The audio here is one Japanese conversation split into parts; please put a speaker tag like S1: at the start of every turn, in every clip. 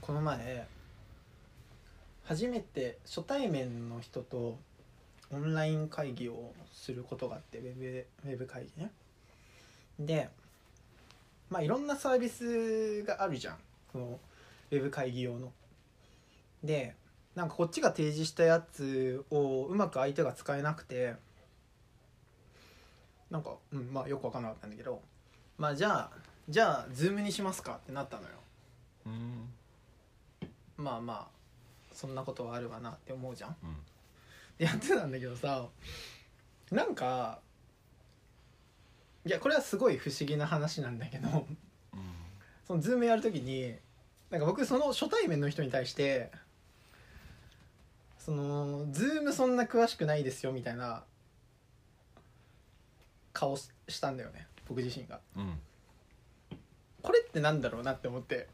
S1: この前初めて初対面の人とオンライン会議をすることがあってウェブウェブ会議ねでまあいろんなサービスがあるじゃんそのウェブ会議用のでなんかこっちが提示したやつをうまく相手が使えなくてなんか、うん、まあよく分かんなかったんだけどまあじゃあじゃあ Zoom にしますかってなったのよ
S2: うん
S1: まあまあそんなことはあるわなって思うじゃん
S2: うん
S1: でやってたんだけどさなんかいやこれはすごい不思議な話なんだけど
S2: う
S1: そのズームやるときになんか僕その初対面の人に対してそのズームそんな詳しくないですよみたいな顔ししたんだよね僕自身が
S2: ん
S1: これってなんだろうなって思って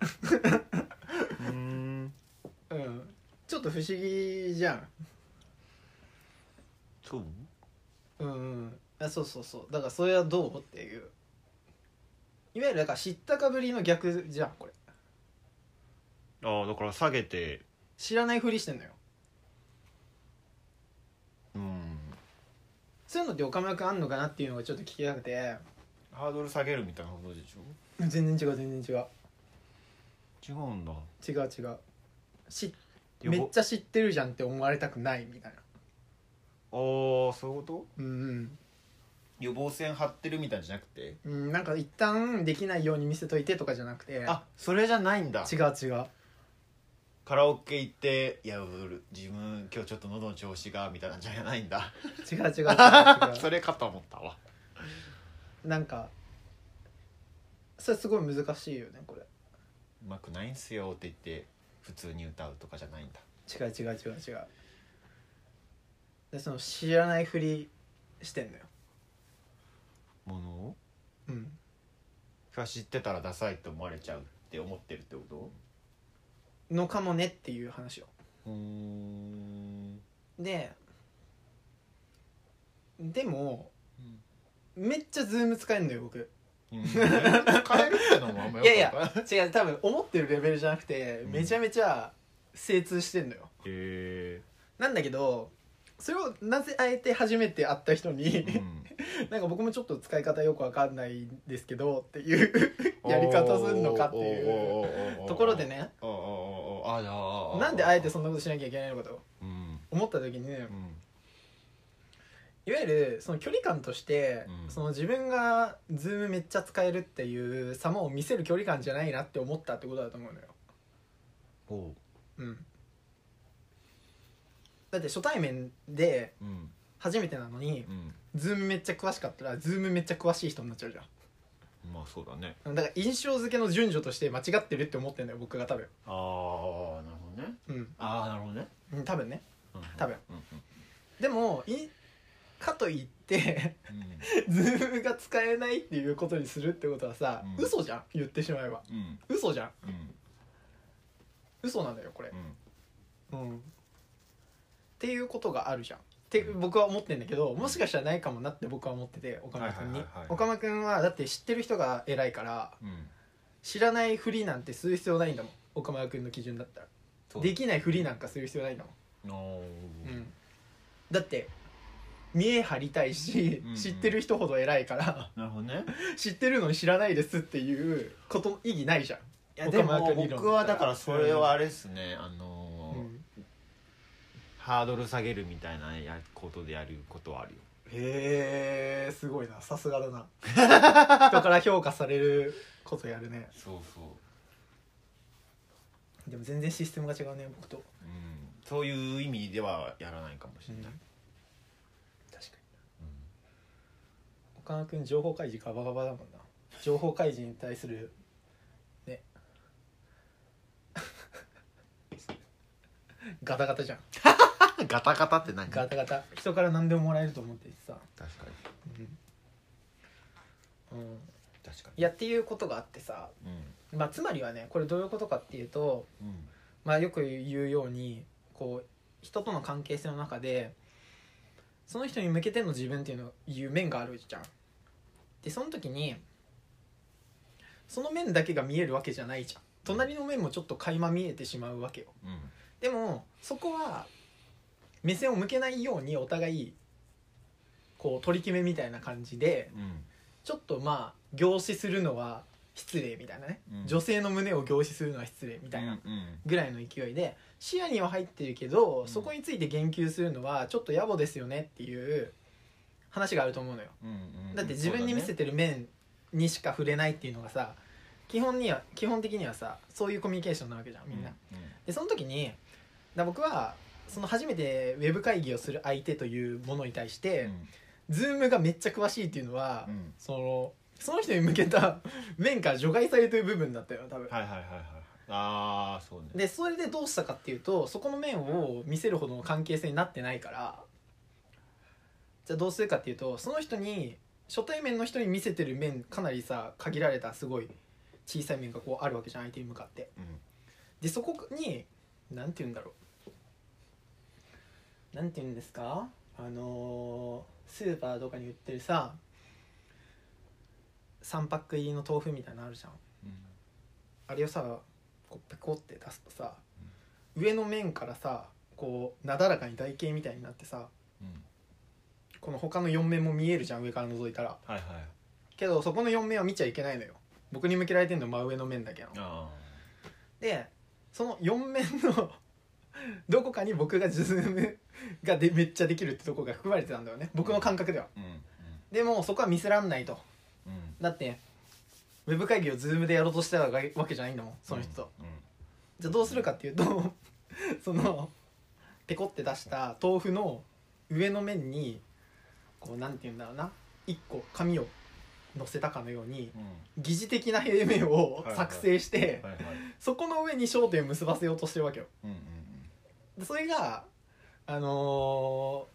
S2: うん
S1: うんちょっと不思議じゃん
S2: そう
S1: うんうんあそうそうそうだからそれはどうっていういわゆるだから知ったかぶりの逆じゃんこれ
S2: ああだから下げて
S1: 知らないふりしてんのよ
S2: うん
S1: そういうのって岡村君あんのかなっていうのがちょっと聞きたくて
S2: ハードル下げるみたいなことでしょ
S1: 全然違う全然違う
S2: 違うんだ
S1: 違う違うしめっちゃ知ってるじゃんって思われたくないみたいな
S2: ああーそういうこと
S1: うん
S2: 予防線張ってるみたいじゃなくて
S1: うんうんなんか一旦できないように見せといてとかじゃなくて
S2: あそれじゃないんだ
S1: 違う違う
S2: カラオケ行って「いや俺自分今日ちょっと喉の調子が」みたいなんじゃないんだ
S1: 違う 違う違う違
S2: それかと思ったわ
S1: うなんかそれすごい難しいよねこれ
S2: うまくないんすよって言って普通に歌うとかじゃないんだ
S1: 違う違う違う違うでその知らないふりしてんのよ
S2: ものを
S1: うん
S2: が知ってたらダサいって思われちゃうって思ってるってこ
S1: のかもねっていう話を
S2: とうん
S1: ででもめっちゃズーム使えるのよ僕
S2: 変えるってのもあんまよくわかんない
S1: いやいや違う多分思ってるレベルじゃなくて
S2: うん
S1: めちゃめちゃ精通してんのよ、
S2: へ
S1: なんだけどそれをなぜあえて初めて会った人に、
S2: え
S1: なんか僕もちょっと使い方よくわかんないですけどっていうやり方すんのかっていう
S2: う
S1: ところでね
S2: あああああ
S1: なんであえて
S2: そ
S1: そんなことしなきゃいけないのかと
S2: うん
S1: 思った時にね
S2: うん
S1: いわゆるその距離感として、
S2: うん
S1: その自分がズームめっちゃ使えるっていう様を見せる距離感じゃないなって思ったってことだと思うのよ、
S2: おう
S1: うん、だって初対面で
S2: うん
S1: 初めてなのに
S2: うん
S1: ズームめっちゃ詳しかったらズームめっちゃ詳しい人になっちゃうじ
S2: まあそうだね
S1: ゃんだから印象付けの順序として間違ってるって思ってんだよ僕が多分
S2: ああなるほどね
S1: うん
S2: ああなるほどね
S1: うん多分ね
S2: うん
S1: 多分
S2: うん
S1: でもい かといってズームが使えないっていうことにするってことはさ、
S2: うん
S1: 嘘じゃん言ってしまえば
S2: うんうん
S1: 嘘じゃん
S2: うん
S1: 嘘なんだよこれ
S2: う、ん
S1: うん、っていうことがあるじゃんって僕は思ってんだけどもしかしたらないかもなって僕は思ってて岡村君
S2: は
S1: に
S2: いはいはいはい
S1: 岡村君はだって知ってる人が偉いから
S2: うん
S1: 知らないふりなんてする必要ないんだもん岡村君の基準だったら
S2: そう
S1: できないふりなんかする必要ないんだも
S2: おー
S1: ん、うん、だって見え張りたいし、
S2: うんうん
S1: 知ってる人ほど偉いから
S2: なるほどね
S1: 知ってるのに知らないですっていうこと意義ないじゃん
S2: いやで
S1: 岡
S2: も
S1: 村君理論
S2: 僕はだからそれはあれですね、あの
S1: う
S2: ー
S1: ん
S2: ハードル下げるみたいなやことでやることはあるよ
S1: へえすごいなさすがだな 人から評価されることやるね
S2: そうそう、
S1: でも全然システムが違うね僕と
S2: うん、そういう意味ではやらないかもしれない、
S1: 確かに岡野君情報開示ガバガバだもんな情報開示に対するね ガタガタじゃん
S2: うんガタガタって何
S1: ガタガタ人から何でももらえると思ってさ、
S2: 確かに
S1: うん、
S2: 確か
S1: いやっていうことがあってさ、
S2: に
S1: まあ、つまりはねこれどういうことかっていうと
S2: うんうん
S1: まあ、よく言うようにこう人との関係性の中でその人に向けての自分っていうのいう面があるじゃん。でその時にその面だけが見えるわけじゃないじゃん隣の面もちょっと垣間見えてしまうわけよ
S2: うん
S1: でもそこは目線を向けないようにお互いこう取り決めみたいな感じで
S2: うん
S1: ちょっとまあ凝視するのは失礼みたいなね、
S2: うん
S1: 女性の胸を凝視するのは失礼みたいな
S2: うん
S1: ぐらいの勢いで視野には入ってるけど、
S2: うん
S1: そこについて言及するのはちょっと野暮ですよねっていう話があると思うのよ
S2: うんうん
S1: だって自分に見せてる面にしか触れないっていうのがさ基本には基本的にはさそういうコミュニケーションなわけじゃんみんな、でその時にだ僕はその初めてウェブ会議をする相手というものに対して、ズームがめっちゃ詳しいっていうのは、
S2: うんうん
S1: そのその人に向けた面から除外されてる部分だったよ多分、
S2: はいはいはいはいああそうね
S1: でそれでどうしたかっていうとそこの面を見せるほどの関係性になってないからじゃあどうするかっていうとその人に初対面の人に見せてる面かなりさ限られたすごい小さい面がこうあるわけじゃん相手に向かって
S2: うん
S1: でそこになんて言うんだろうなんて言うんですかあのースーパーとかに売ってるさ3パック入りの豆腐みたいなのあるじゃんあれをさこうペコって出すとさ上の面からさこうなだらかに台形みたいになってさ
S2: うん
S1: この他の4面も見えるじゃん上から覗いたら
S2: はいはい
S1: けどそこの4面は見ちゃいけないのよ僕に向けられてんの真上の面だけなの
S2: あ
S1: でその4面の どこかに僕がズーム がでめっちゃできるってとこが含まれてたんだよね僕の感覚では
S2: あうん
S1: でもそこは見せらんないと
S2: うんうん
S1: だってウェブ会議をズームでやろうとしてたわけじゃないんだもんその人と、
S2: うん
S1: じゃあどうするかっていうと そのペコって出した豆腐の上の面にこうなんて言うんだろうな1個紙を乗せたかのように
S2: うん
S1: 疑似的な平面を
S2: はいはい
S1: 作成して、
S2: はいはい
S1: そこの上に焦点を結ばせようとしてるわけよ
S2: うんうん
S1: でそれがあの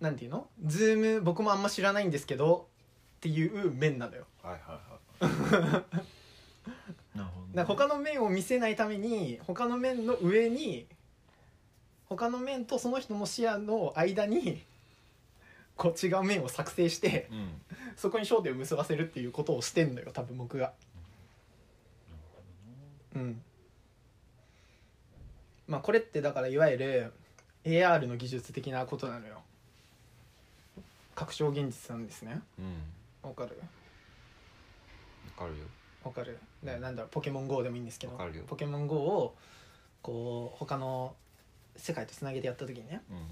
S1: ーなんていうのズーム僕もあんま知らないんですけどっていう面なのよ
S2: はいはいはい なるほどね
S1: だから他の面を見せないために他の面の上に他の面とその人の視野の間にこう違う面を作成して
S2: うんなる
S1: そこに焦点を結ばせるっていうことをしてんのよ多分僕が
S2: ほどね
S1: うんまあこれってだからいわゆる AR の技術的なことなのよ確証現実なんですね
S2: うん
S1: わかる
S2: わかるよ
S1: わかるだからなんだろうポケモン GO でもいいんですけど
S2: わかるよ
S1: ポケモン GO をこう他の世界とつなげてやった時にね
S2: うん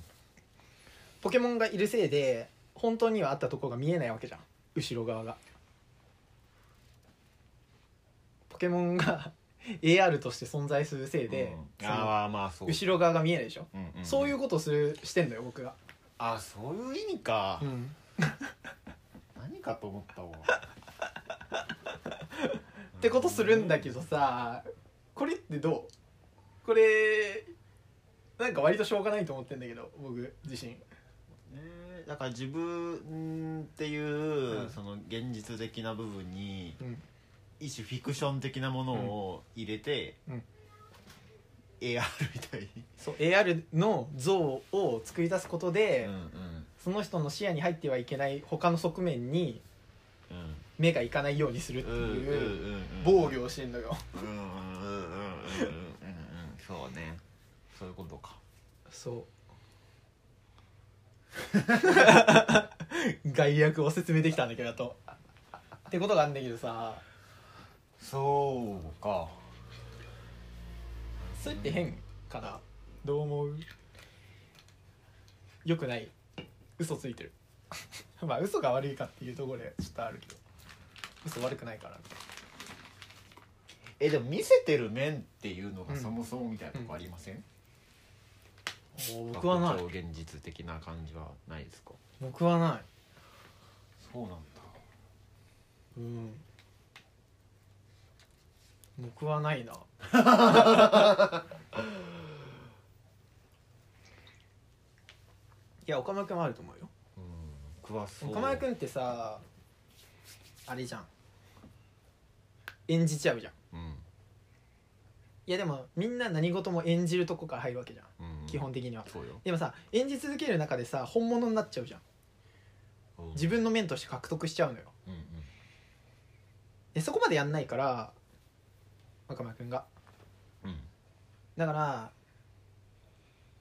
S1: ポケモンがいるせいで本当にはあったところが見えないわけじゃん後ろ側がポケモンが AR として存在するせいで、
S2: うん
S1: その
S2: ああまあそう
S1: 後ろ側が見えないでしょ、
S2: うんうん
S1: そういうことするしてんだよ僕が、
S2: あそういう意味か
S1: うん
S2: 何かと思ったわ
S1: ってことするんだけどさこれってどうこれなんか割としょうがないと思ってんだけど僕自身
S2: えーだから自分っていう、
S1: うん
S2: その現実的な部分に
S1: うん
S2: 一種フィクション的なものを入れて、
S1: うん
S2: AR みたいに、
S1: そう AR の像を作り出すことで、
S2: うん
S1: その人の視野に入ってはいけない他の側面に目がいかないようにするって
S2: うんうんうん
S1: いう
S2: うんうん
S1: 防御をしてんのよ
S2: うんうんうんうんうんうんうんうんそうねそういうことか
S1: そう 概略を説明できたんだけどやっとってことがあるんだけどさ
S2: そうか
S1: それって変かなどう思うよくない嘘ついてる まあ嘘が悪いかっていうところでちょっとあるけど嘘悪くないからね
S2: えでも見せてる面っていうの
S1: う
S2: が
S1: ん
S2: そもそもみたいなとこありません、
S1: 僕はない
S2: 学長現実的な感じはないですか
S1: 僕はない
S2: そうなんだ
S1: うん僕はないな いや岡村君はあると思うよ
S2: うん僕はそう
S1: 岡村君ってさあれじゃん演じちゃうじゃん
S2: うん
S1: いやでもみんな何事も演じるとこから入るわけじゃん
S2: うん
S1: 基本的には
S2: そうよ、
S1: でもさ演じ続ける中でさ本物になっちゃうじゃん
S2: うん
S1: 自分の面として獲得しちゃうのよ
S2: うんうん
S1: でそこまでやんないから若間君が
S2: うん
S1: だから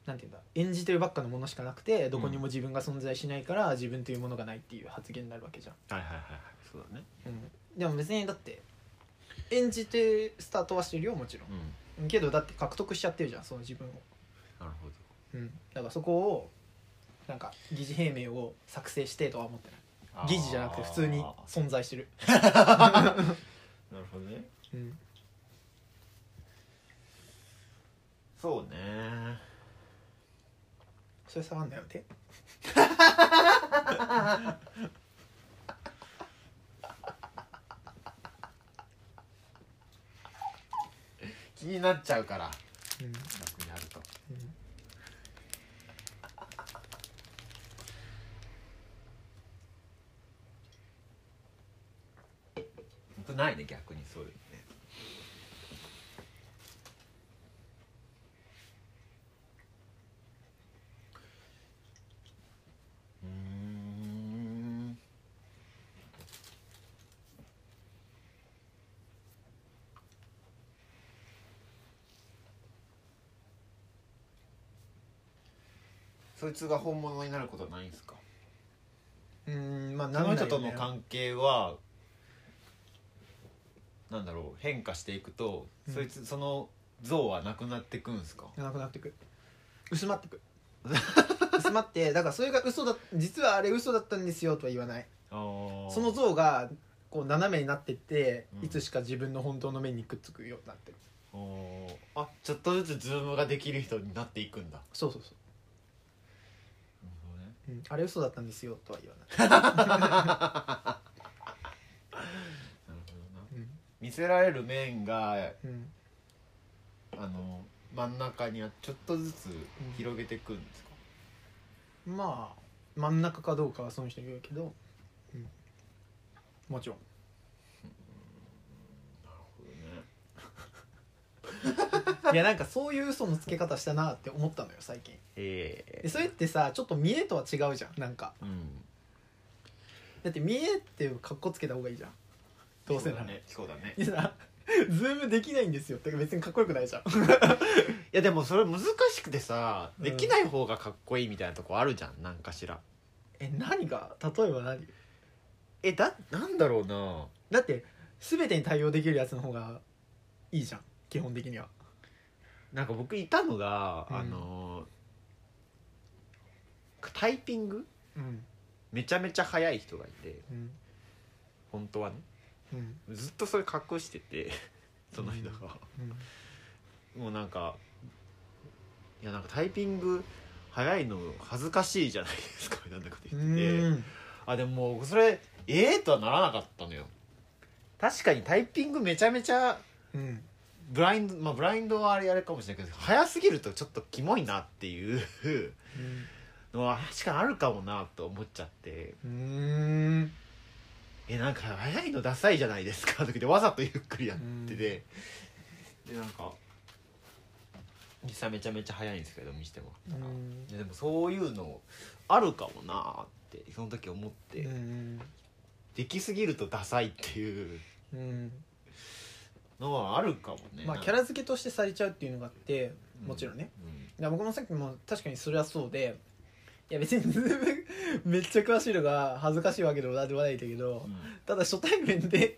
S1: なんていうんだ演じてるばっかのものしかなくてどこにも自分が存在しないから、自分というものがないっていう発言になるわけじゃん、
S2: はいはいはいはいそうだね
S1: でも別にだって演じてスタートはしてるよもちろ
S2: うん
S1: んけどだって獲得しちゃってるじゃんその自分を、
S2: なるほど
S1: うん、だからそこをなんか疑似平面を作成してとは思ってない
S2: あー
S1: 疑似じゃなくて普通に存在してる、
S2: なるほどね
S1: うん、
S2: そうね
S1: それ触んなよ手
S2: 気になっちゃうから
S1: うん
S2: 楽になると
S1: うん
S2: 本当ないね逆にそういうのねうーんそいつが本物になることはないんですか
S1: うんまあ
S2: そ
S1: な
S2: の
S1: んだ
S2: 人
S1: よね
S2: との関係はなんだろう変化していくと、
S1: うん
S2: そいつその像はなくなってくんですか
S1: なくなってく薄まってく薄まってだからそれが嘘だ実はあれ嘘だったんですよとは言わないそ
S2: そ
S1: の像がこう斜めになってって、
S2: うん
S1: いつしか自分の本当の面にくっつくようになってる
S2: あちょっとずつズームができる人になっていくんだな
S1: そうそうそ
S2: るほどね
S1: う、うん、あれ嘘だったんですよとは言わない、
S2: なるほどな
S1: うん
S2: 見せられる面が
S1: うん
S2: あの真ん中にあちょっとずつ広げていくんですか、
S1: まあ真ん中かどうかはその人によるけど、うん、もちろん
S2: なるほど
S1: い
S2: ね
S1: やなんかそういう嘘のつけ方したなって思ったのよ最近
S2: え
S1: でそれってさちょっと見栄とは違うじゃんなんか
S2: うん
S1: だって見栄ってかっこつけた方がいいじゃんどうせならね
S2: そうだね
S1: いやさズームできないんですよってか別にかっこよくないじゃん
S2: いやでもそれ難しくてさ
S1: うん
S2: できない方がかっこいいみたいなとこあるじゃんなんかしら
S1: え何が例えば何
S2: えだなんだろうな
S1: だって全てに対応できるやつの方がいいじゃん基本的には
S2: なんか僕いたのが、
S1: うん
S2: あのタイピング
S1: うん
S2: めちゃめちゃ速い人がいて
S1: うん
S2: 本当はね
S1: うん
S2: ずっとそれ隠してて その人が、もうなんかいやなんかタイピング速いの恥ずかしいじゃないですかみたいなこと
S1: う
S2: 言ってて
S1: ん
S2: あでももうそれええとはならなかったのよ確かにタイピングめちゃめちゃ
S1: うん
S2: ブラインドまあブラインドはあれあれかもしれないけど早すぎるとちょっとキモいなっていうのは確かにあるかもなと思っちゃって
S1: うん
S2: 「えなんか早いのダサいじゃないですか」とか言ってわざとゆっくりやってて、でなんか実際めちゃめちゃ早いんですけど見してもらったら、
S1: うん
S2: ででもそういうのあるかもなってその時思って、
S1: うん
S2: できすぎるとダサいっていう
S1: うん
S2: のはあるかもね
S1: まあキャラ付けとしてされちゃうっていうのがあって
S2: うん
S1: もちろんね、
S2: うん
S1: いや僕もさっきも確かにそれはそうでいや別にズームめっちゃ詳しいのが恥ずかしいわけでもなんでもないんだけど
S2: うん
S1: ただ初対面で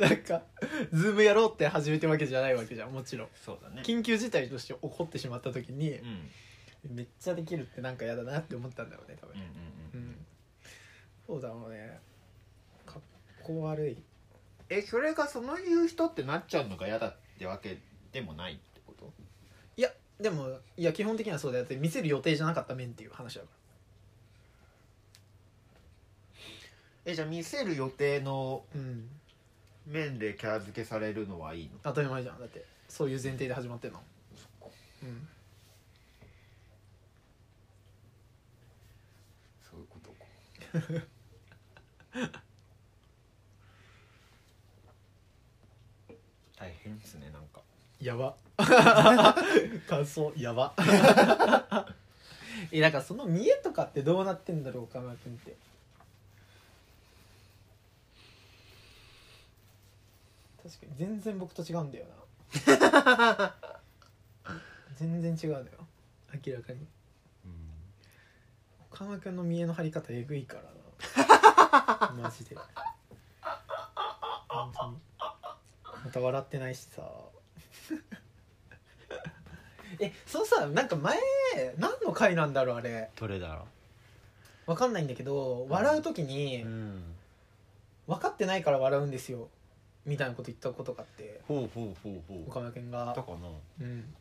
S1: なんかズームやろうって始めてわけじゃないわけじゃんもちろん
S2: そうだね
S1: 緊急事態として起こってしまった時に
S2: うんうん
S1: めっちゃできるってなんか嫌だなって思ったんだろうね多
S2: うん
S1: 分うん
S2: ううん
S1: んそうだろうねかっこ悪い
S2: えそれがその言う人ってなっちゃうのが嫌だってわけでもないってこと
S1: いやでもいや基本的にはそうだよだって見せる予定じゃなかった面っていう話だか
S2: えじゃあ見せる予定の
S1: らうん
S2: 面でキャラ付けされるのはいいの
S1: 当たり前じゃんだってそういう前提で始まってんのうん
S2: そういうことか 大変ですねなんか
S1: や ば感想やば えだからその見栄とかってどうなってんだろう岡村君って確かに全然僕と違うんだよな 全然違うのよ明らかに
S2: うん
S1: 岡間君の見栄の張り方えぐいから なマジで本当にまた笑ってないしさ えそうさなんか前何の回なんだろうあれ
S2: どれだろ
S1: わかんないんだけど笑う時
S2: う、
S1: に
S2: ん、
S1: 分かってないから笑うんですよみたいなこと言ったことがあって
S2: ほうほうほうほう
S1: 岡村君
S2: だ
S1: が
S2: かな
S1: うん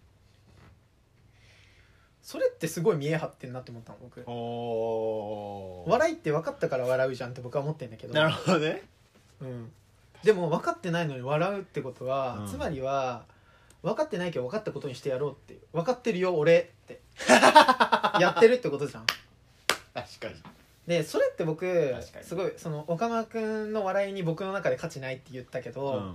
S1: それってすごい見え張ってんなって思ったの僕
S2: お
S1: 笑いって分かったから笑うじゃんって僕は思ってんだけど
S2: なるほどね
S1: うん、でも分かってないのに笑うってことは、
S2: うん
S1: つまりは分かってないけど分かったことにしてやろうっていう分かってるよ俺って やってるってことじゃん
S2: 確かに
S1: でそれって僕
S2: 確かに
S1: すごいその岡間君の笑いに僕の中で価値ないって言ったけど、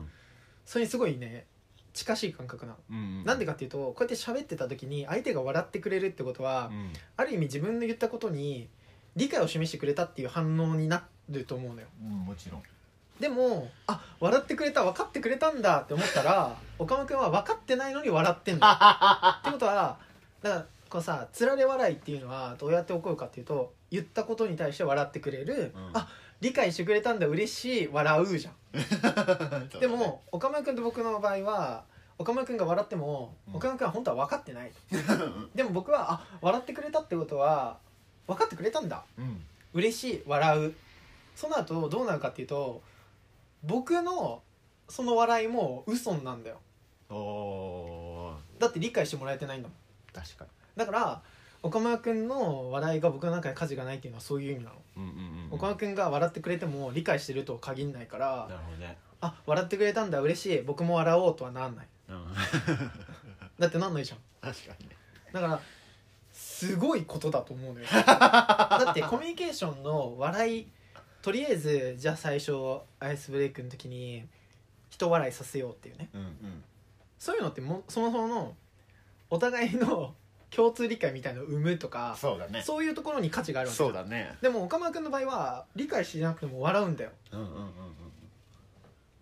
S1: それにすごいね近しい感覚なの、
S2: うん
S1: なんでかっていうとこうやって喋ってた時に相手が笑ってくれるってことは、
S2: うん
S1: ある意味自分の言ったことに理解を示してくれたっていう反応になると思うのよ
S2: うんもち ろん
S1: でもあ笑ってくれた分かってくれたんだって思ったら岡間君は分かってないのに笑ってんだってことはだからこうさつられ笑いっていうのはどうやって起こるかっていうと言ったことに対して笑ってくれる、
S2: うん
S1: あ理解してくれたんだ嬉しい笑うじゃん、でも岡間君と僕の場合は岡間君が笑っても、
S2: うん
S1: 岡間君は本当は分かって ないでも僕はあ笑ってくれたってことは分かってくれたんだ
S2: うん
S1: 嬉しい笑うその後どうなるかっていうと僕のその笑いも嘘なんだよ
S2: おー
S1: だって理解してもらえてないんだもん
S2: 確か
S1: だから岡村君の笑いが僕の中で価値がないっていうのはそういう意味なの、
S2: にうんうんうん
S1: 岡村君が笑ってくれても理解してるとは限んないから
S2: なるほどね
S1: あ笑ってくれたんだ嬉しい僕も笑おうとはなんない
S2: うん
S1: だってなんないじゃん
S2: 確かにね
S1: だからすごいことだと思う のよだってコミュニケーションの笑いとりあえずじゃあ最初アイスブレイクの時に人笑いさせようっていうね
S2: うんうん
S1: そういうのってもそもそものお互いの共通理解みたいのを生むとか
S2: そうだね
S1: そういうところに価値があるわけ
S2: そう
S1: だ
S2: だね
S1: でも岡村君の場合は理解しなくても笑うんだよ
S2: うんうんうんうん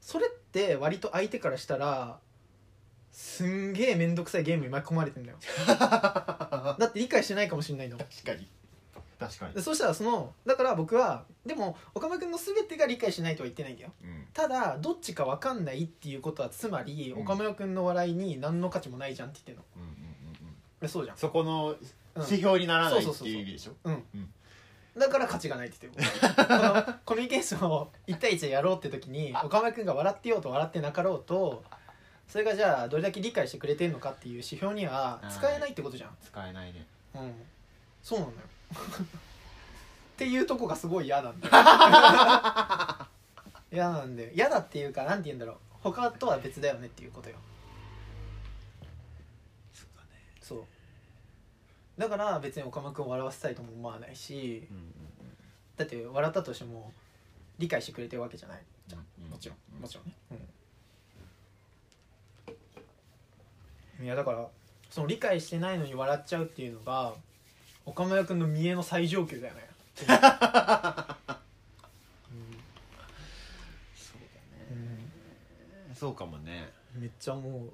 S1: それって割と相手からしたらすんげえ面倒くさいゲームに巻き込まれてんだ よだって理解してないかもしれないの
S2: 確かに確かに
S1: でそしたらそのだから僕はでも岡村君の全てが理解しないとは言ってないんだよ
S2: うん
S1: ただどっちか分かんないっていうことはつまり、
S2: うん
S1: 岡村君の笑いに何の価値もないじゃんって言ってんの
S2: うんうんうんうん
S1: えそうじゃん、
S2: そこの
S1: うん
S2: 指標にならない
S1: そう
S2: っ
S1: そ
S2: て
S1: うそうそう
S2: いう意味でしょ
S1: だから価値がないって言ってる このコミュニケーションを1対1でやろうって時に岡村君が笑ってようと笑ってなかろうとそれがじゃあどれだけ理解してくれてるのかっていう指標には使えないってことじゃん
S2: 使えないね
S1: うんそう なんだよっていうとこがすごい嫌なんだよ 嫌なんだよ嫌だっていうかなんて言うんだろう他とは別だよねっていうことよ
S2: そうだね
S1: そうだから別に岡間君を笑わせたいとも思わないし
S2: うんうん
S1: だって笑ったとしても理解してくれてるわけじゃないじゃん
S2: うん
S1: もちろんもちろんねうんいやだからその理解してないのに笑っちゃうっていうのが岡村君の見栄の最上級だよね、
S2: そう
S1: う
S2: だね
S1: ん
S2: そうかもね
S1: めっちゃ思う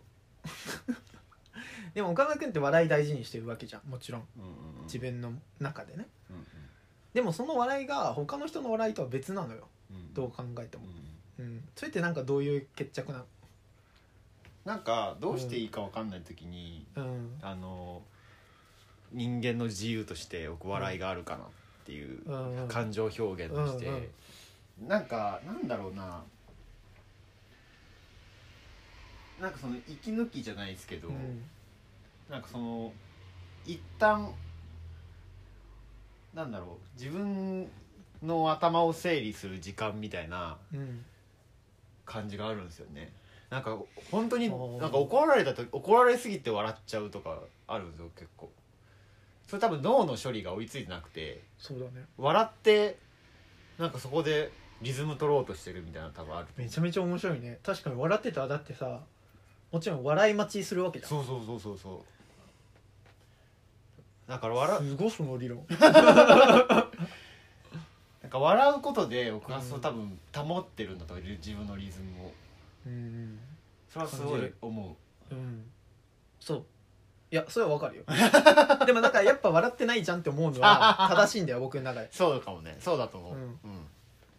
S1: でも岡村君って笑い大事にしてるわけじゃんもちろん
S2: うんうんうん
S1: 自分の中でね
S2: うん
S1: でもその笑いが他の人の笑いとは別なのよ
S2: うんうん
S1: どう考えても
S2: う、ん
S1: うん、それってなんかどういう決着な
S2: なんかどうしていいかわかんない時に
S1: のうん
S2: あの人間の自由として僕笑いがあるかなっていう
S1: うん
S2: 感情表現として、
S1: うんうん
S2: なんかなんだろうななんかその息抜きじゃないですけど、
S1: うん
S2: なんかその一旦なんだろう自分の頭を整理する時間みたいな
S1: うん
S2: 感じがあるんですよねなんか本当に
S1: おー
S2: なんか怒られた時怒られすぎて笑っちゃうとかあるんですよ結構それ多分脳の処理が追いついてなくて
S1: そうだね
S2: 笑ってなんかそこでリズム取ろうとしてるみたいなの多分ある
S1: めちゃめちゃ面白いね確かに笑ってたらだってさもちろん笑い待ちするわけじゃん
S2: そうそうそうそうそうだから笑
S1: すごいその理 論
S2: なんか笑うことで僕はそう多分保ってるんだと思う自分のリズムを
S1: うん
S2: それはすごい思
S1: うんそういやそれはわかるよ でもなんかやっぱ笑ってないじゃんって思うの は正しいんだよ僕の中で
S2: うそうかもねそうだと思う
S1: う
S2: うんん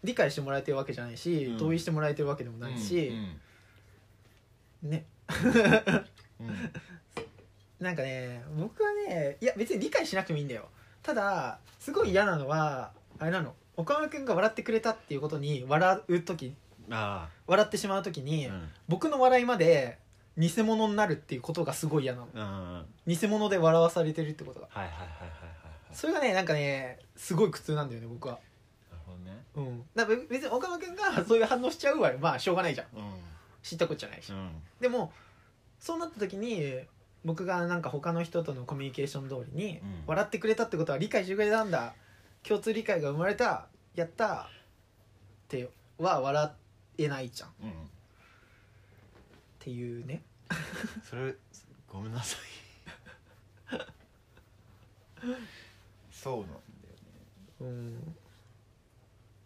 S1: 理解してもらえてるわけじゃないし、
S2: うん
S1: 同意してもらえてるわけでも
S2: う
S1: なんいし、ね
S2: うんうん
S1: なんかね僕はねいや別に理解しなくてもいいんだよただすごい嫌なのはあれなの岡村君が笑ってくれたっていうことに笑う時
S2: あ
S1: 笑ってしまう時
S2: あ
S1: に、
S2: うん
S1: 僕の笑いまで偽物になるっていうことがすごい嫌なの
S2: うんはい
S1: 偽物で笑わされてるってことが
S2: はいはいはいはいはい
S1: それがねなんかねすごい苦痛なんだよね僕は
S2: なるほど
S1: う
S2: ね
S1: んだから別に岡村君がそういう反応しちゃうはまあしょうがないじゃん
S2: う
S1: 知ったことじゃないし、
S2: んうん
S1: でもそうなった時に僕がなんか他の人とのコミュニケーション通りに、
S2: うん
S1: 笑ってくれたってことは理解してくれたんだ共通理解が生まれたやったっては笑えないじゃんっ
S2: うん
S1: ていうね
S2: それごめんな さいそうなんだよね
S1: うん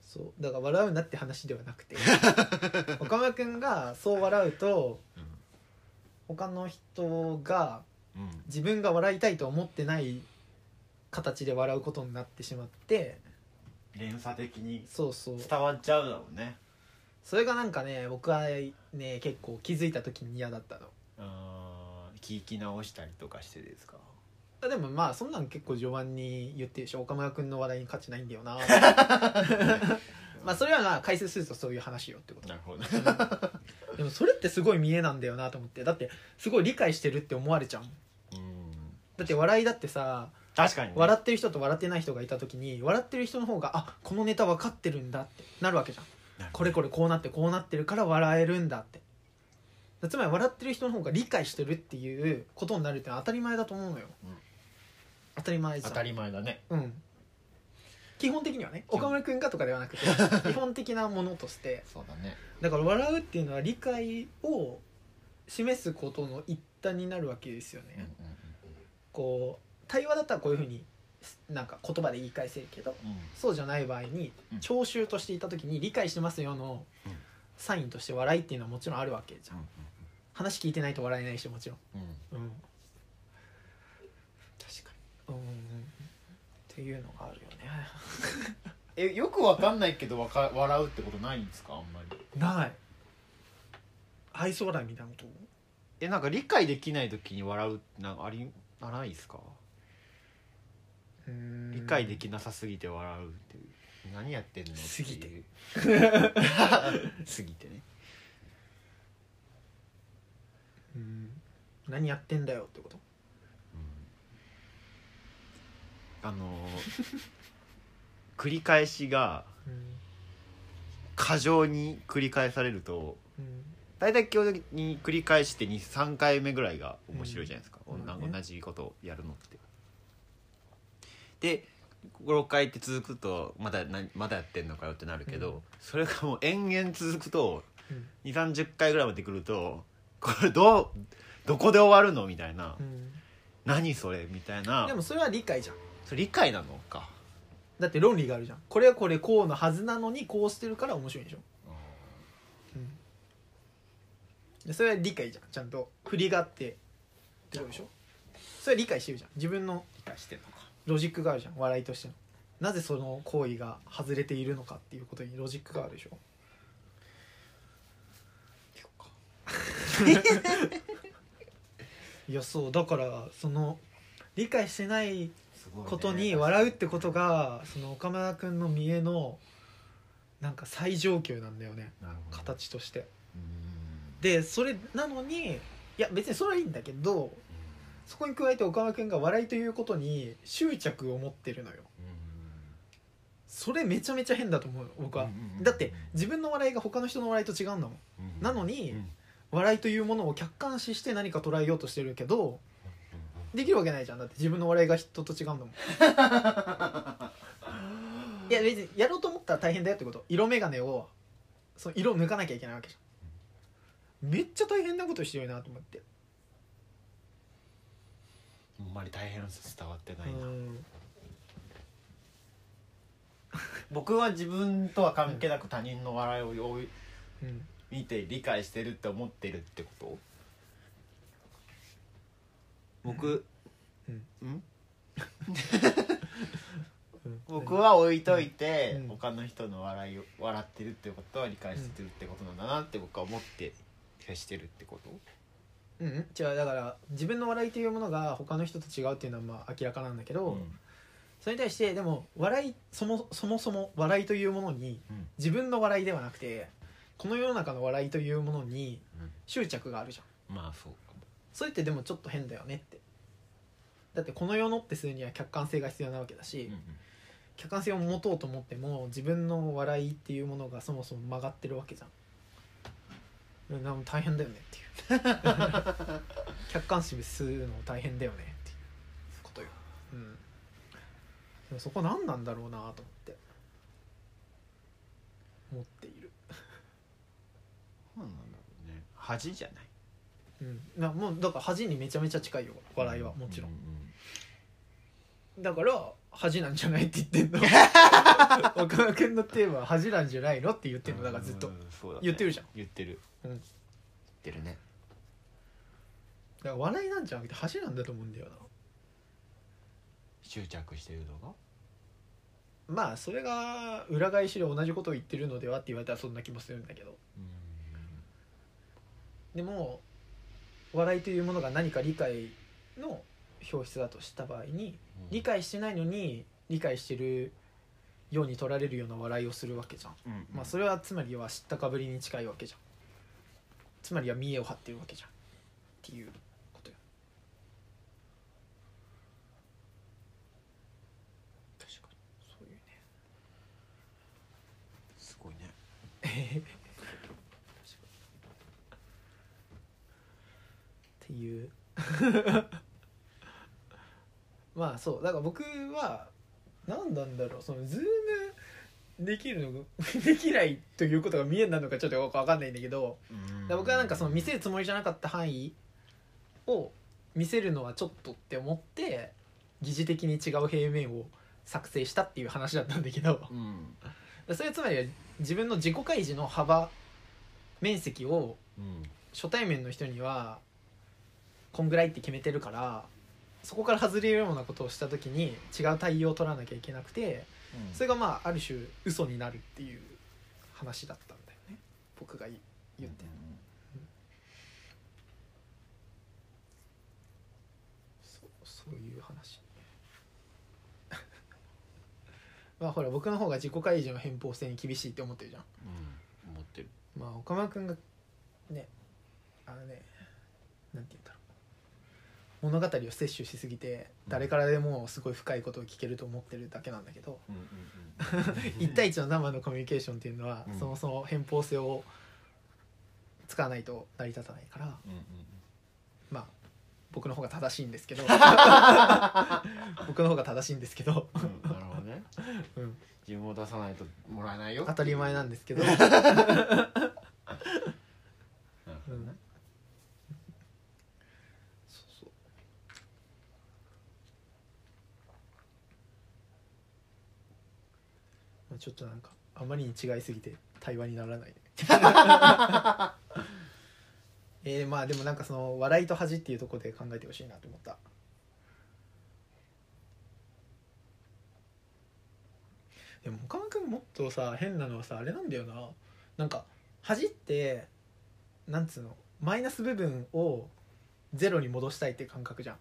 S1: そうだから笑うなって話ではなくて岡村君がそう笑うと他の人が
S2: うんうん
S1: 自分が笑いたいと思ってない形で笑うことになってしまって
S2: 連鎖的に
S1: そうそう
S2: 伝わっちゃうだろうね
S1: それがなんかね僕はね結構気づいた時に嫌だったの
S2: あー聞き直したりとかしてですか
S1: あでもまあそんなん結構序盤に言ってるでしょ岡村君の話題に価値ないんだよなまあそれはまあ解説するとそういう話よってこと
S2: なるほどね
S1: でもそれってすごい見えなんだよなと思ってだってすごい理解してるって思われちゃうもん
S2: うん
S1: だって笑いだってさ
S2: 確かにね
S1: 笑ってる人と笑ってない人がいた時に笑ってる人の方があこのネタ分かってるんだってなるわけじゃん
S2: なる
S1: これこ
S2: れ
S1: れこうなってこうなってるから笑えるんだってつまり笑ってる人の方が理解してるっていうことになるってのは当たり前だと思うのよ、
S2: うん
S1: 当たり前じゃん
S2: 当たり前だね
S1: うん基本的にはね
S2: 本
S1: 岡村君がとかではな くて基本的なものとして
S2: そうだね
S1: だから笑うっていうのは理解を示すことの一端になるわけですよね、
S2: うんうん
S1: こう対話だったらこういうふうになんか言葉で言い返せるけど
S2: うんうん
S1: そうじゃない場合に
S2: うん
S1: 聴衆としていた時に理解してますよの
S2: うん
S1: サインとして笑いっていうのはもちろんあるわけじゃん話聞いてないと笑えないしもちろん
S2: うんうん
S1: うんうん
S2: 確かに
S1: っていうのがあるよね
S2: えよくわかんないけどわか笑うってことないんですかあんまり
S1: ない愛想笑いみたいなこと
S2: えなんか理解できない時に笑うってなんかありあないですか理解できなさすぎて笑うっていう何やってんのっていう
S1: すぎ て
S2: すぎてね
S1: うん何やってんだよってこと
S2: あのー 繰り返しが
S1: うん
S2: 過剰に繰り返されると
S1: うん
S2: 大体基本的に繰り返して23回目ぐらいが面白いじゃないですか、
S1: うん
S2: 同
S1: まあね
S2: 同じことをやるのって。で56回って続くとまだなまだやってんのかよってなるけど、
S1: うん
S2: それがもう延々続くと
S1: うん
S2: 2 3 0回ぐらいまでくるとこれどうどこで終わるのみたいな、
S1: うん
S2: 何それみたいな
S1: でもそれは理解じゃん
S2: それ理解なのか
S1: だって論理があるじゃんこれはこれこうのはずなのにこうしてるから面白いんでしょ、うん、でそれは理解じゃんちゃんと振りがあってってことでしょそれは理解してるじゃん自分の
S2: 理解してんのか
S1: ロジックがあるじゃん笑いとしてのなぜその行為が外れているのかっていうことにロジックがあるでしょ いやそうだからその理解してない
S2: すごいね
S1: ことに笑うってことがその岡村君の見栄のなんか最上級なんだよね
S2: なるほど
S1: 形として
S2: うーん
S1: でそれなのにいや別にそれはいいんだけどそこに加えて岡村君が笑いということに執着を持ってるのよ
S2: うーん
S1: それめちゃめちゃ変だと思うよ僕は
S2: うんうんうん
S1: だって自分の笑いが他の人の笑いと違うんだもん
S2: うん
S1: なのに
S2: うん
S1: 笑いというものを客観視して何か捉えようとしてるけどできるわけないじゃんだって自分の笑いが人と違うんだもん いや別にやろうと思ったら大変だよってこと色眼鏡をその色を抜かなきゃいけないわけじゃんめっちゃ大変なことしてるなと思って
S2: あんまり大変さ伝わってないな、
S1: うん
S2: 僕は自分とは関係なく他人の笑いを追い
S1: うん
S2: 見て理解してるって思ってるってこと僕、
S1: うん
S2: ん
S1: うん
S2: 僕は置いといて、
S1: うん
S2: 他の人の笑いを笑ってるってことは理解してるってことなんだなって僕は思って接してるってこと
S1: うんうん違うだから自分の笑いというものが他の人と違うっていうのはまあ明らかなんだけど、
S2: うん
S1: それに対してでも笑いそもそもそも笑いというものに
S2: うん
S1: 自分の笑いではなくてこの世の中の笑いというものに執着があるじゃん
S2: まあそうかも
S1: それってでもちょっと変だよねってだってこの世のってするには客観性が必要なわけだし、
S2: うん
S1: 客観性を持とうと思っても自分の笑いっていうものがそもそも曲がってるわけじゃんなん大変だよねって いう客観視するの大変だよねっていうことよ、うん、でもそこ何なんだろうなと思って思っている、
S2: そうなんだろうね恥じゃない
S1: うん、なもうだから恥にめちゃめちゃ近いよ笑いはもちろん
S2: う、ん
S1: だから恥なんじゃないって言ってんの 岡田君のテーマは恥なんじゃないのって言ってんのだからずっと
S2: う。んそうだね
S1: 言ってるじゃん
S2: 言ってる、
S1: うん
S2: 言ってるね
S1: だから笑いなんじゃなくて恥なんだと思うんだよな
S2: 執着してるのが
S1: まあそれが裏返しで同じことを言ってるのではって言われたらそんな気もするんだけど
S2: うん
S1: でも笑いというものが何か理解の表出だとした場合に理解してないのに理解してるように取られるような笑いをするわけじゃん、
S2: うん
S1: まあそれはつまりは知ったかぶりに近いわけじゃんつまりは見栄を張ってるわけじゃんっていうことよ
S2: 確かに
S1: そういうね
S2: すごいね
S1: っていう まあそうだから僕は何なんだろうそのズームできるの ができないということが見えになるのかちょっとよく分かんないんだけどだから僕はなんかその見せるつもりじゃなかった範囲を見せるのはちょっとって思って疑似的に違う平面を作成したっていう話だったんだけど
S2: うん
S1: それはつまりは自分の自己開示の幅面積を
S2: うん
S1: 初対面の人にはこんぐらいって決めてるからそこから外れるようなことをした時に違う対応を取らなきゃいけなくてそれがまあある種嘘になるっていう話だったんだよね僕が言言ってるそうそういう話 まあほら僕の方が自己開示の偏方性に厳しいって思ってるじゃん
S2: うん思ってる
S1: まあ岡村君がねあのねなんて言うんだろう物語を摂取しすぎて誰からでもすごい深いことを聞けると思ってるだけなんだけど、
S2: うんうん
S1: 1対1の生のコミュニケーションっていうのは、
S2: うん
S1: そもそも偏方性を使わないと成り立たないから
S2: うんうん
S1: まあ僕の方が正しいんですけ ど僕の方が正しいんですけど、
S2: うんうんなるほどね
S1: うん、
S2: 自分を出さないともらえないよ
S1: 当たり前なんですけど、
S2: なる
S1: う
S2: ほどね
S1: ん、そうそうまあちょっとなんかあまりに違いすぎて対話にならないねえー、まあでもなんかその笑いと恥っていうところで考えてほしいなと思ったでも岡く君もっとさ変なのはさあれなんだよななんか恥ってなんつうのマイナス部分をゼロに戻したいっていう感覚じゃん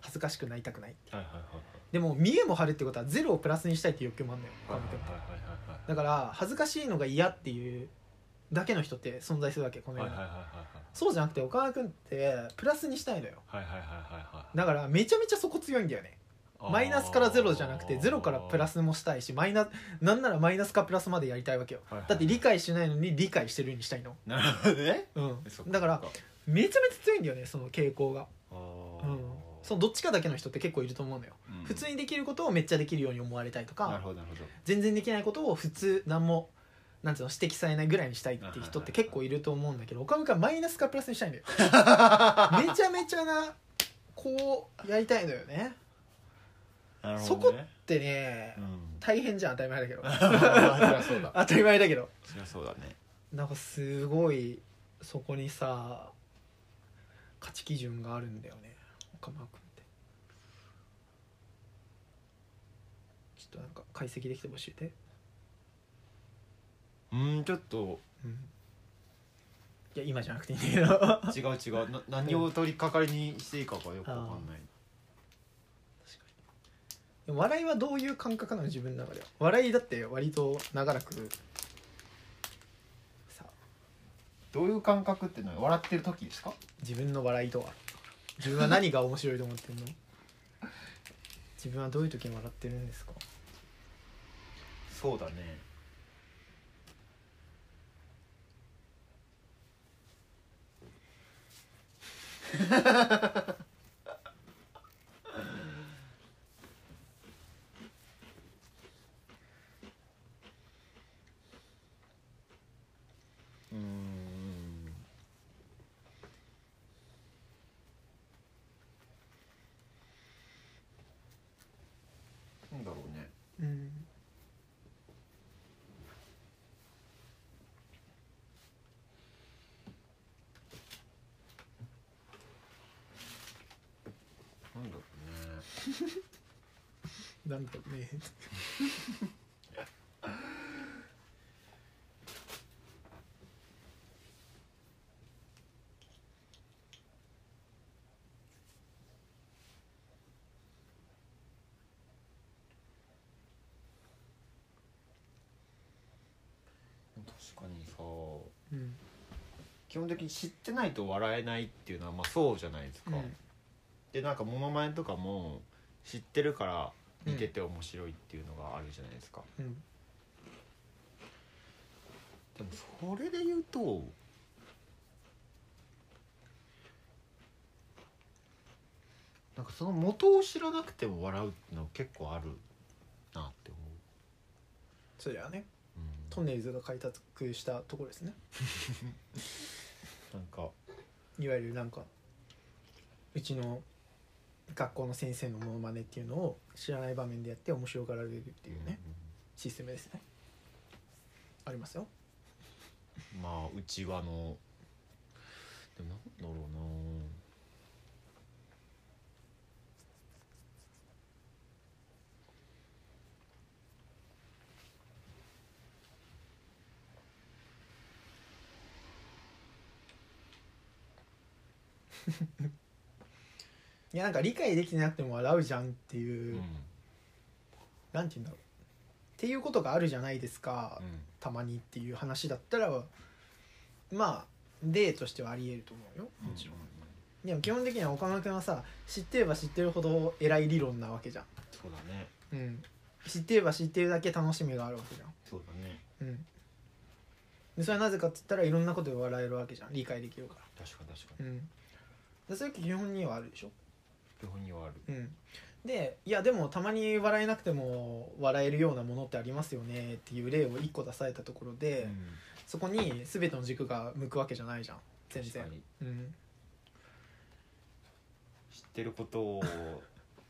S1: 恥ずかしくなりたくない
S2: はいはいはいはい
S1: でも見栄も張るってことはゼロをプラスにしたいっていう欲求もあるんだよ
S2: はい
S1: 岡村君って
S2: はいはいはい
S1: だから恥ずかしいのが嫌っていうだけの人って存在するわけこの世
S2: はい
S1: に、
S2: はいはいはい
S1: そうじゃなくて岡村君ってプラスにしたいのよ
S2: はいはいはいはいはい
S1: だからめちゃめちゃそこ強いんだよね
S2: あー
S1: マイナスからゼロじゃなくてゼロからプラスもしたいしマイナなんならマイナスかプラスまでやりたいわけよ
S2: はいはい
S1: だって理解しないのに理解してるにしたいの
S2: なるほどね
S1: うんだからめちゃめちゃ強いんだよねその傾向がうんそのどっちかだけの人って結構いると思うのよ普通
S2: に
S1: にできることをめっちゃできるように思われたいと
S2: なる
S1: か
S2: ほどなるほど
S1: 全然できないことを普通何もなんつうの指摘されないぐらいにしたいっていう人って結構いると思うんだけど岡村君はマイナスかプラスにしたいんだ よめちゃめちゃなこうやりたいのよね
S2: なる
S1: そ
S2: ほ
S1: こ
S2: どね
S1: ってね
S2: うん
S1: 大変じゃん当たり前だけど
S2: そりゃそうだ
S1: 当たり前だけど
S2: そりゃそうだね
S1: なんかすごいそこにさ価値基準があるんだよね岡村君ってちょっとなんか解析できてほしいて、
S2: うんちょっと
S1: うん、いや今じゃなくていいんだけど 確か
S2: 違う違 うな何を取り掛かりにしていいかがよくわかんない
S1: にでも笑いはどういう感覚なの自分の中では笑いだって割と長らくさ
S2: どういう感覚ってのは笑ってる時ですか
S1: 自分の笑いとは自分は何が面白いと思ってんの自分はどういう時に笑ってるんですか
S2: そうだねうーんなんだろうね
S1: うん
S2: なんだろうね
S1: なんだろうね
S2: 確かにさ
S1: うん
S2: 基本的に知ってないと笑えないっていうのはまあそうじゃないですか、
S1: うん
S2: でなんかモノマネとかも知ってるから似てて面白いっていうのがあるじゃないですか、
S1: うん
S2: でもそれで言うとなんかその元を知らなくても笑うってのは結構あるなって思
S1: そうだよね
S2: う、うん
S1: トンネルズが開拓したところですね
S2: なんか
S1: いわゆるなんかうちの学校の先生のモノマネっていうのを知らない場面でやって面白がられるっていうね、システムですねありますよ
S2: うんまあうちわのでもなんだろうな
S1: いやなんか理解できてなくても笑うじゃんっていう、
S2: うん
S1: なんて言うんだろうっていうことがあるじゃないですか、たまにっていう話だったらまあ例としてはありえると思うよもちろん、でも基本的には岡村君はさ知ってれば知ってるほど偉い理論なわけじゃん
S2: そうだね
S1: うん、知ってれば知ってるだけ楽しみがあるわけじゃ
S2: そうだ
S1: ん、
S2: ね
S1: うん、でそれはなぜかって言ったらいろんなことで笑えるわけじゃん理解できるか、
S2: 確かに確から
S1: うん、でそれ基本にはあるでしょ、
S2: に基本にはある
S1: うん、でいやでもたまに笑えなくても笑えるようなものってありますよねっていう例を1個出されたところで、そこに全ての軸が向くわけじゃないじゃん全
S2: 確
S1: 然
S2: か、に
S1: うん、
S2: 知ってることを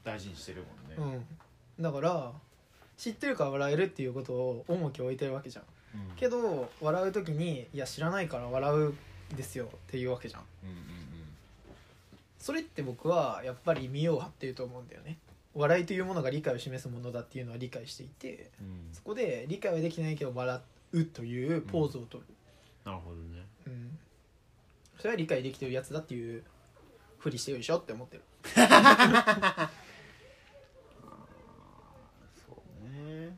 S2: 大事にしてるもんね
S1: うん、だから知ってるから笑えるっていうことを重きを置いてるわけじゃん
S2: うん
S1: けど笑う時に「いや知らないから笑うんですよ」っていうわけじゃん
S2: うんうん
S1: それって僕はやっぱり見よう張ってると思うんだよね笑いというものが理解を示すものだっていうのは理解していて
S2: うんうん
S1: そこで理解はできてないけど笑うというポーズをとる、
S2: なるほどね
S1: うんそれは理解できてるやつだっていうふりしてるでしょって思ってる
S2: そうね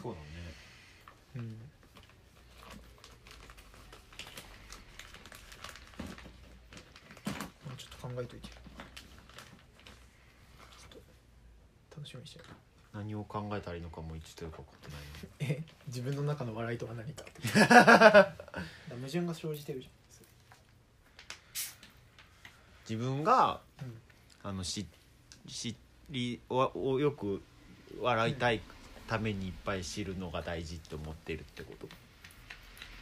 S2: そうだね
S1: うんまあちょっと考えといてちょっと楽しみにしてる
S2: 何を考えたらいいのかも一度よく分かってないな
S1: え自分の中の笑いとは何か 矛盾が生じてるじ
S2: 自分が
S1: うん
S2: あのし知りををよく笑いたいためにいっぱい知るのが大事って思ってるってこと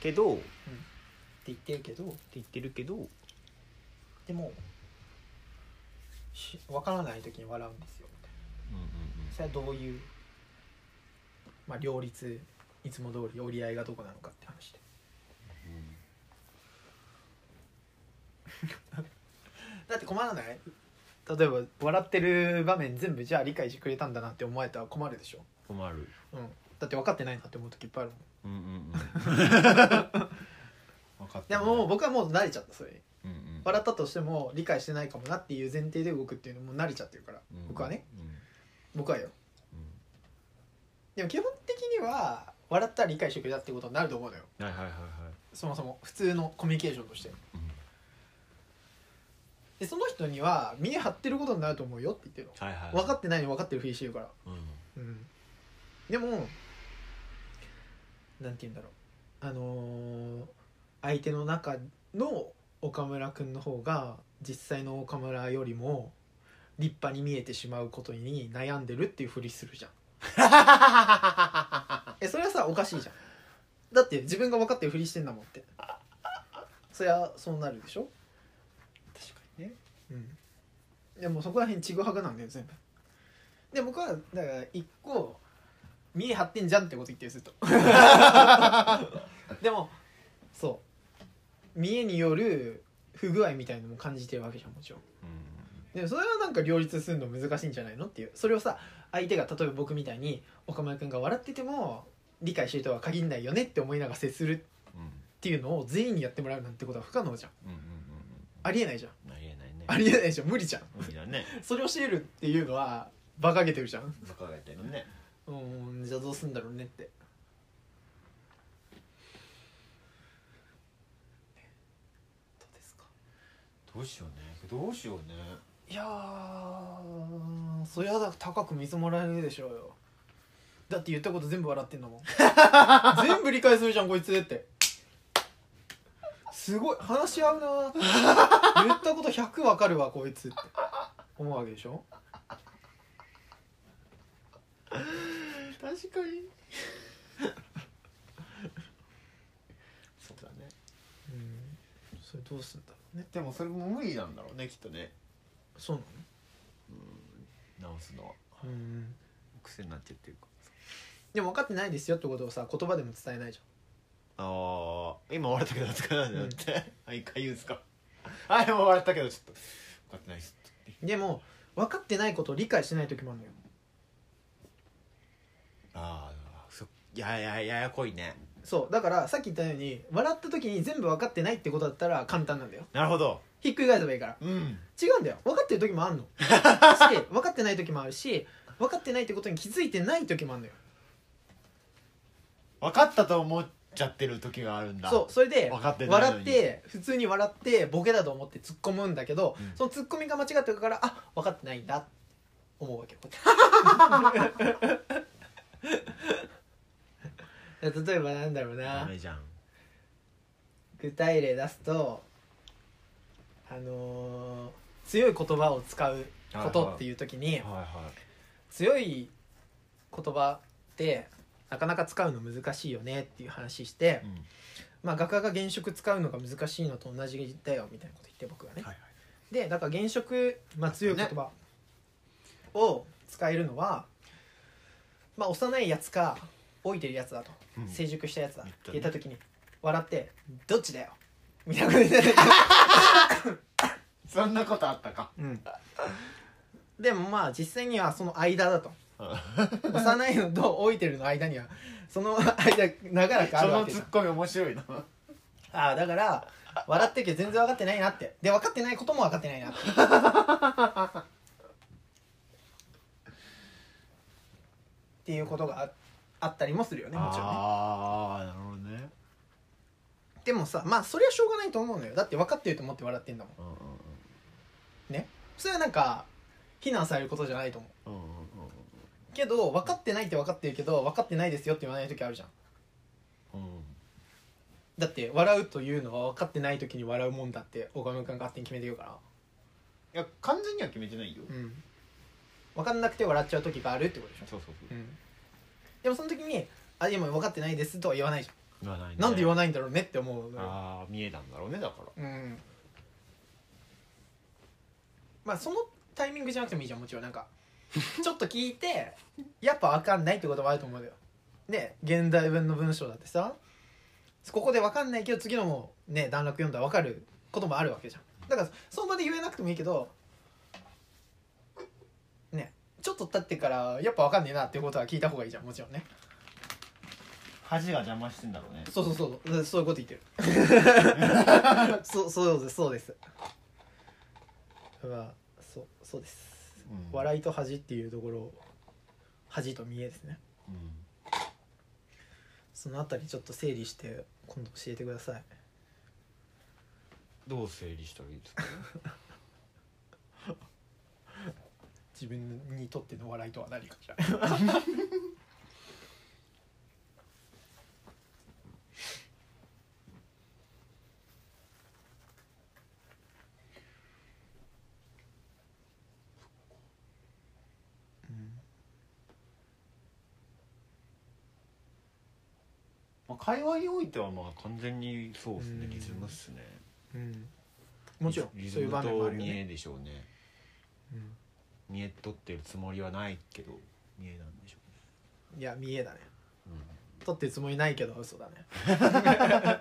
S2: けどって
S1: 言ってるけど
S2: 言ってるけど
S1: でも分からない時に笑うんですよそれはどういう、まあ、両立いつも通り折り合いがどこなのかって話でだって困らない例えば笑ってる場面全部じゃあ理解してくれたんだなって思えたら困るでしょ、
S2: 困る
S1: うん、だって分かってないなって思う時いっぱいあるもん
S2: うんうん うん分かって
S1: で
S2: る
S1: ももう僕はもう慣れちゃったそれに
S2: うんうん
S1: 笑ったとしても理解してないかもなっていう前提で動くっていうのもう慣れちゃってるから
S2: うん
S1: 僕はね
S2: うん
S1: 僕はよ
S2: う
S1: でも基本的には笑ったら理解してくれたってことになると思うのよ
S2: んはいはいはいはい
S1: そもそも普通のコミュニケーションとして
S2: うん
S1: でその人には見張ってることになると思うよって言ってる
S2: はいはい
S1: の分かってないの分かってるふりしてるから
S2: うん
S1: うんでもなんて言うんだろうあのー相手の中の岡村君の方が実際の岡村よりも立派に見えてしまうことに悩んでるっていうふりする じゃんえそれはさおかしいじゃんだって自分が分かってるふりしてんだもんってそりゃそうなるでしょ
S2: 確かにね
S1: うんでもそこら辺ちぐはぐなんだよ全部で僕はだから一個見え張ってんじゃんってこと言ってるずっとでもそう見えによる不具合みたいのも感じてるわけじゃんもちろん
S2: うん
S1: でもそれはなんか両立するの難しいんじゃないのっていうそれをさ相手が例えば僕みたいに岡村君が笑ってても理解してるとは限んないよねって思いながら接する
S2: うん
S1: っていうのを全員にやってもらうなんてことは不可能じゃん
S2: うんうん
S1: ありえないじゃん
S2: うんありえないね
S1: ありえないじゃん無理じゃん
S2: 無理だね
S1: それを教えるっていうのは馬鹿げてるじゃん
S2: バカがやってるね
S1: うんじゃあどうすんだろうねってどうですか
S2: どうしようねどうしようね
S1: いやーそりゃだ高く見積もられるでしょうよだって言ったこと全部笑ってんだも ん全部理解するじゃんこいつってすごい話し合うなーって言ったこと100わかるわこいつって思うわけでしょ
S2: 確かにそうだね
S1: うんそれどうすんだろうね
S2: でもそれも無理なんだろうねきっとね
S1: そうなの
S2: 直すのは
S1: うん
S2: 癖になっちゃってるか
S1: でも分かってないですよってことをさ言葉でも伝えないじ
S2: ああ今笑ったけど使わないんだって、 あ一回言うんすかあでも笑ったけどちょっと分かってないっす
S1: ゃんでも分かってないことを理解してない時もあるのよ
S2: ああそいやいやややこいね
S1: そうだからさっき言ったように笑った時に全部分かってないってことだったら簡単なんだよ
S2: なるほど
S1: ひっくり返せばいいから
S2: うん
S1: 違うんだよ分かってる時もあるのし分かってない時もあるし分かってないってことに気づいてない時もあるのよ
S2: 分かったと思っちゃってる時があるんだ
S1: そうそれで
S2: 分かってないのに
S1: 笑って普通に笑ってボケだと思って突っ込むんだけど、
S2: うん
S1: その突っ込みが間違ってるからあ分かってないんだって思 うわけこうやって例えばなんだろう
S2: ダ
S1: な
S2: メじゃん
S1: 具体例出すとあのー強い言葉を使うことっていう時に、
S2: は
S1: 強い言葉ってなかなか使うの難しいよねっていう話して、
S2: うん
S1: まあ画家が原色使うのが難しいのと同じだよみたいなこと言って僕はね、
S2: はいはい
S1: でだから原色、まあ、強い言葉を使えるのは、まあ幼いやつか老いてるやつだと、
S2: うん
S1: 成熟したやつだって
S2: 言った
S1: 言
S2: ね
S1: った時に笑って「どっちだよ」みたいなこと言っ て
S2: そんなことあったか
S1: うん、でもまあ実際にはその間だと
S2: あ
S1: 幼いのと老いてるの間にはその間長らくあ
S2: そ
S1: るわ
S2: の
S1: けじ
S2: ツ
S1: ゃん
S2: ッコミ面白いな
S1: ああだから笑ってるけど全然分かってないなってで分かってないことも分かってないなってっていうことがああったりもするよねもちろんね
S2: ああなるほどね
S1: でもさまあそれはしょうがないと思うのよだって分かってると思って笑ってんだもん
S2: うんうん
S1: それはなんか非難されることじゃないと思う
S2: うんうん
S1: けど分かってないって分かってるけど分かってないですよって言わない時あるじゃん
S2: うんうん
S1: だって笑うというのは分かってない時に笑うもんだって岡村君が勝手に決めてるから
S2: いや完全には決めてないよ、
S1: うん、分かんなくて笑っちゃう時があるってことでしょ、、
S2: そうそうそううん
S1: でもその時に「あ今分かってないです」とは言わないじゃん、
S2: 言わない、ね、
S1: なんで言わ
S2: ない
S1: ないんだろうねって思うのよ
S2: ああ見えたんだろうねだから
S1: うんまあそのタイミングじゃなくてもいいじゃんもちろん なんかちょっと聞いてやっぱ分かんないってこともあると思うのよで現代文の文章だってさここで分かんないけど次のもね段落読んだら分かることもあるわけじゃんだからその場で言えなくてもいいけどねちょっと経ってからやっぱ分かんねえなっていうことは聞いた方がいいじゃんもちろんね
S2: 恥が邪魔してんだろうね
S1: そうそうそうそうそういうこと言ってる そうそうですそうですまあそうそうです、
S2: うん
S1: 笑いと恥っていうところ恥と見えですね
S2: うん
S1: そのあたりちょっと整理して今度教えてください
S2: どう整理したらいいですか
S1: 自分にとっての笑いとは何かしら
S2: まあ会話においてはまあ完全にそうです
S1: う
S2: ね
S1: ん
S2: リズムっすね
S1: うんもちろん
S2: リズ
S1: そういう
S2: ム
S1: 場面もあ
S2: と
S1: るよ
S2: 見え
S1: ね、
S2: でしょうね
S1: うん
S2: 見えとってるつもりはないけど見えなんでしょ
S1: いや見えだね
S2: うね、うん
S1: 取ってるつもりないけど嘘だね
S2: だから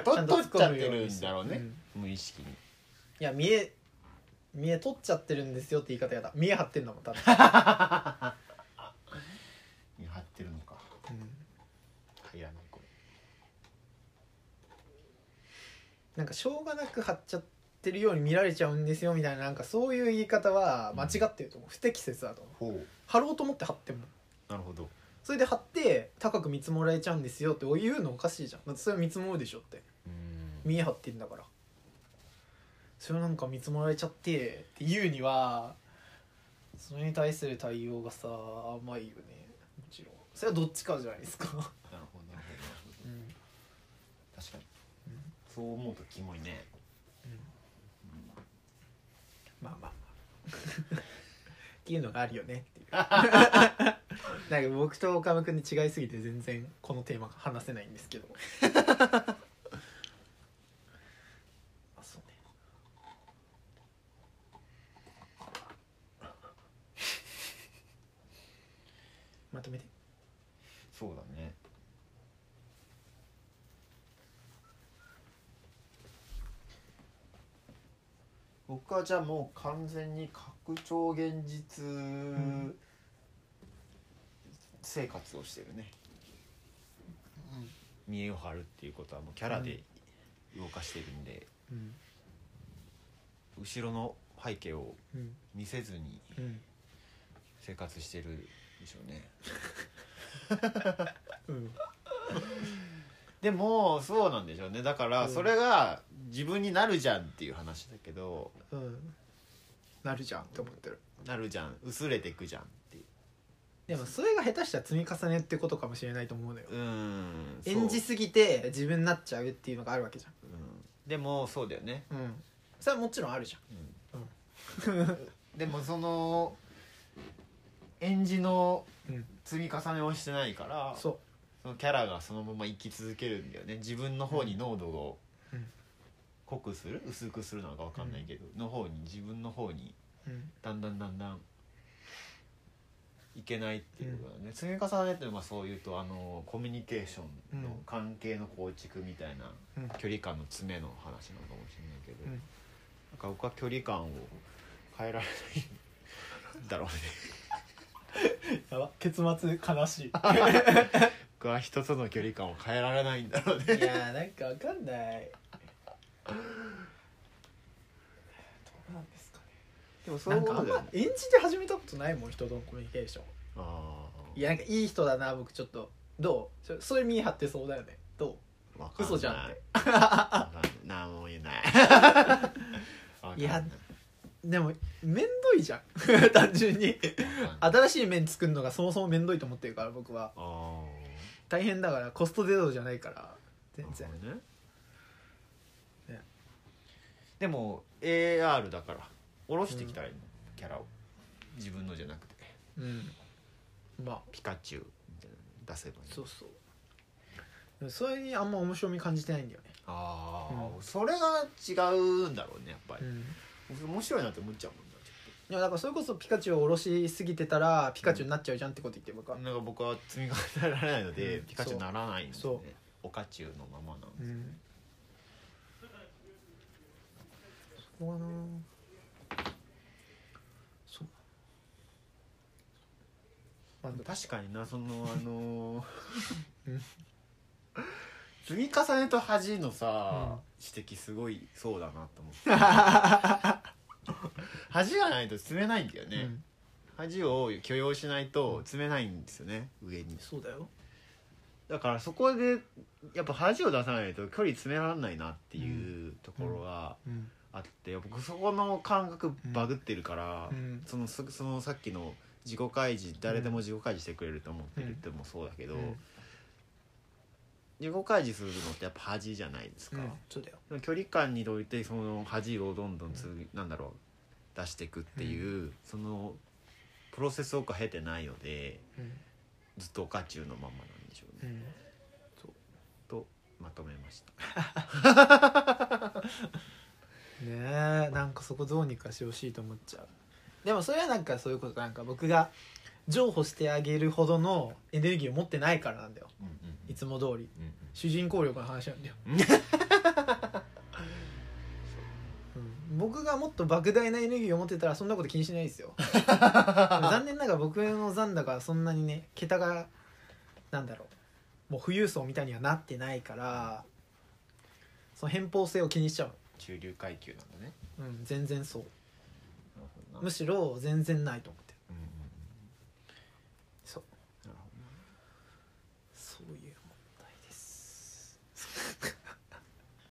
S2: と
S1: 取
S2: 取っちゃってるんだろうね、無意識に
S1: いや見え見え取っちゃってるんですよって言い方やだ見え張ってんだもん 多分、
S2: 見張ってるのか
S1: うん
S2: 入らないこ
S1: なんかしょうがなく張っちゃってるように見られちゃうんですよみたいななんかそういう言い方は間違ってると思う、不適切だと思う
S2: れほう
S1: 張ろうと思って張っても
S2: なるほど
S1: それで張って高く見積もられちゃうんですよって言うのおかしいじゃんだってそれは見積もるでしょって
S2: うん
S1: 見え張ってんだからそれをなんか見積もられちゃってっていうにはそれに対する対応がさ甘いよねもちろんそれはどっちかじゃないですか、
S2: なるほどなるほど
S1: うん
S2: 確かに、そう思うとキモいね
S1: まあまあまあっていうのがあるよね っていうなんか僕と岡村君で違いすぎて全然このテーマが話せないんです けどあそうねまとめて
S2: そうだね僕はじゃあもう完全に拡張現実
S1: ん
S2: 生活をしてるね、見栄を張るっていうことはもうキャラで動かしてるんで、
S1: うん
S2: 後ろの背景を
S1: うん
S2: 見せずに
S1: うん
S2: 生活してるでしょうね
S1: うん
S2: でもそうなんでしょうねだから
S1: うん
S2: それが自分になるじゃんっていう話だけど、
S1: うんなるじゃんって思ってる
S2: なるじゃん薄れてくじゃんっていう
S1: でもそれが下手したら積み重ねってことかもしれないと思うのよ
S2: うーんそう
S1: 演じすぎて自分になっちゃうっていうのがあるわけじ
S2: うんでもそうだよね、
S1: ゃんうんそれはもちろんあるじ
S2: うん、 でもその演じの
S1: ゃん、うん、
S2: 積み重ねをしてないから
S1: そ
S2: そのキャラがそのまま生き続けるんだよね自分の方に濃度を
S1: うん
S2: 濃くする薄くするのか分かんないけど、の方に自分の方に
S1: う、うん、
S2: だんだんだんだんいけないっていうことだね、積み重ねってまあそういうとあのコミュニケーションの
S1: うん
S2: 関係の構築みたいな
S1: うん
S2: 距離感の詰めの話なのかもしれないけど、
S1: うん
S2: なんか僕は距離感を変えられないんだろうね
S1: やば結末悲しいい
S2: 僕は人との距離感を変えられないんだろうね
S1: やーなんかわかんないどうなんですかね
S2: でもそ
S1: なんかあん
S2: だよ
S1: ま
S2: ね
S1: 演じて始めたことないもん人とのコミュニケーション
S2: あ
S1: いやなんかいい人だな僕ちょっとどうそそれ見え張ってそうだよねど
S2: あ
S1: う嘘じゃんって
S2: 何も言えない わかんない
S1: やでもめんどいじゃん 単純に
S2: わかんな
S1: 新
S2: い
S1: しい面作るのがそもそもめんどいと思ってるから僕は
S2: あ
S1: 大変だからコストゼロじゃないから全
S2: ー
S1: 然
S2: なるほどね
S1: ね
S2: でも AR だから下ろしてきたらいいのキャラを自分のじゃなくて
S1: うんまあ
S2: ピカチュウみたいなの出せばいい
S1: そうそうでもそれにあんま面白み感じてないんだよね
S2: ああ、
S1: うん
S2: それが違うんだろうねやっぱり、
S1: ん
S2: 面白いなって思っちゃうもんなち
S1: いやだからそれこそピカチュウを下ろしすぎてたらピカチュウになっちゃうじゃんってこと言って僕
S2: ょ
S1: は
S2: っとなんか僕は積み重ねられないので、
S1: うん
S2: ピカチュウならないんです
S1: そ
S2: ねおかちゅうのままなん
S1: う
S2: で
S1: んそこはなそうまあだ
S2: 確かになそのあのー
S1: うん
S2: 積み重ねと恥の
S1: うん、
S2: さ指摘すごいそうだなと思って恥がないと積めないんだよね、
S1: うん
S2: 恥を許容しないと積めないんですよね上に
S1: そうだよ
S2: だからそこでやっぱ恥を出さないと距離詰められないなっていうところが
S1: うん
S2: あって僕そこの感覚バグってるから、
S1: うん
S2: そのそそのさっきの自己開示誰でも自己開示してくれると思ってるってもそうだけど、
S1: うん
S2: 自己開示するのってやっぱ恥じゃないですか、
S1: うんそうだよ
S2: でも距離感においてその恥をどんどんつ、なんだろう出していくっていう、そのプロセスを経てないので
S1: うん
S2: ずっとおかちゅうのままなんでしょうね。
S1: うん
S2: とまとめました
S1: ねえなんかそこどうにかしてほしいと思っちゃうでもそれはなんかそういうことなんか僕が譲歩してあげるほどのエネルギーを持ってないからなんだよいつも通り
S2: うんうん
S1: 主人公力の話なんだよ、 うん、僕がもっと莫大なエネルギーを持ってたらそんなこと気にしないですよでも残念ながら僕の残高はそんなにね桁がなんだろうもう富裕層みたいにはなってないからその偏方性を気にしちゃう
S2: 中流階級なんだね
S1: うん全然そう
S2: なるほどな
S1: むしろ全然ないと思って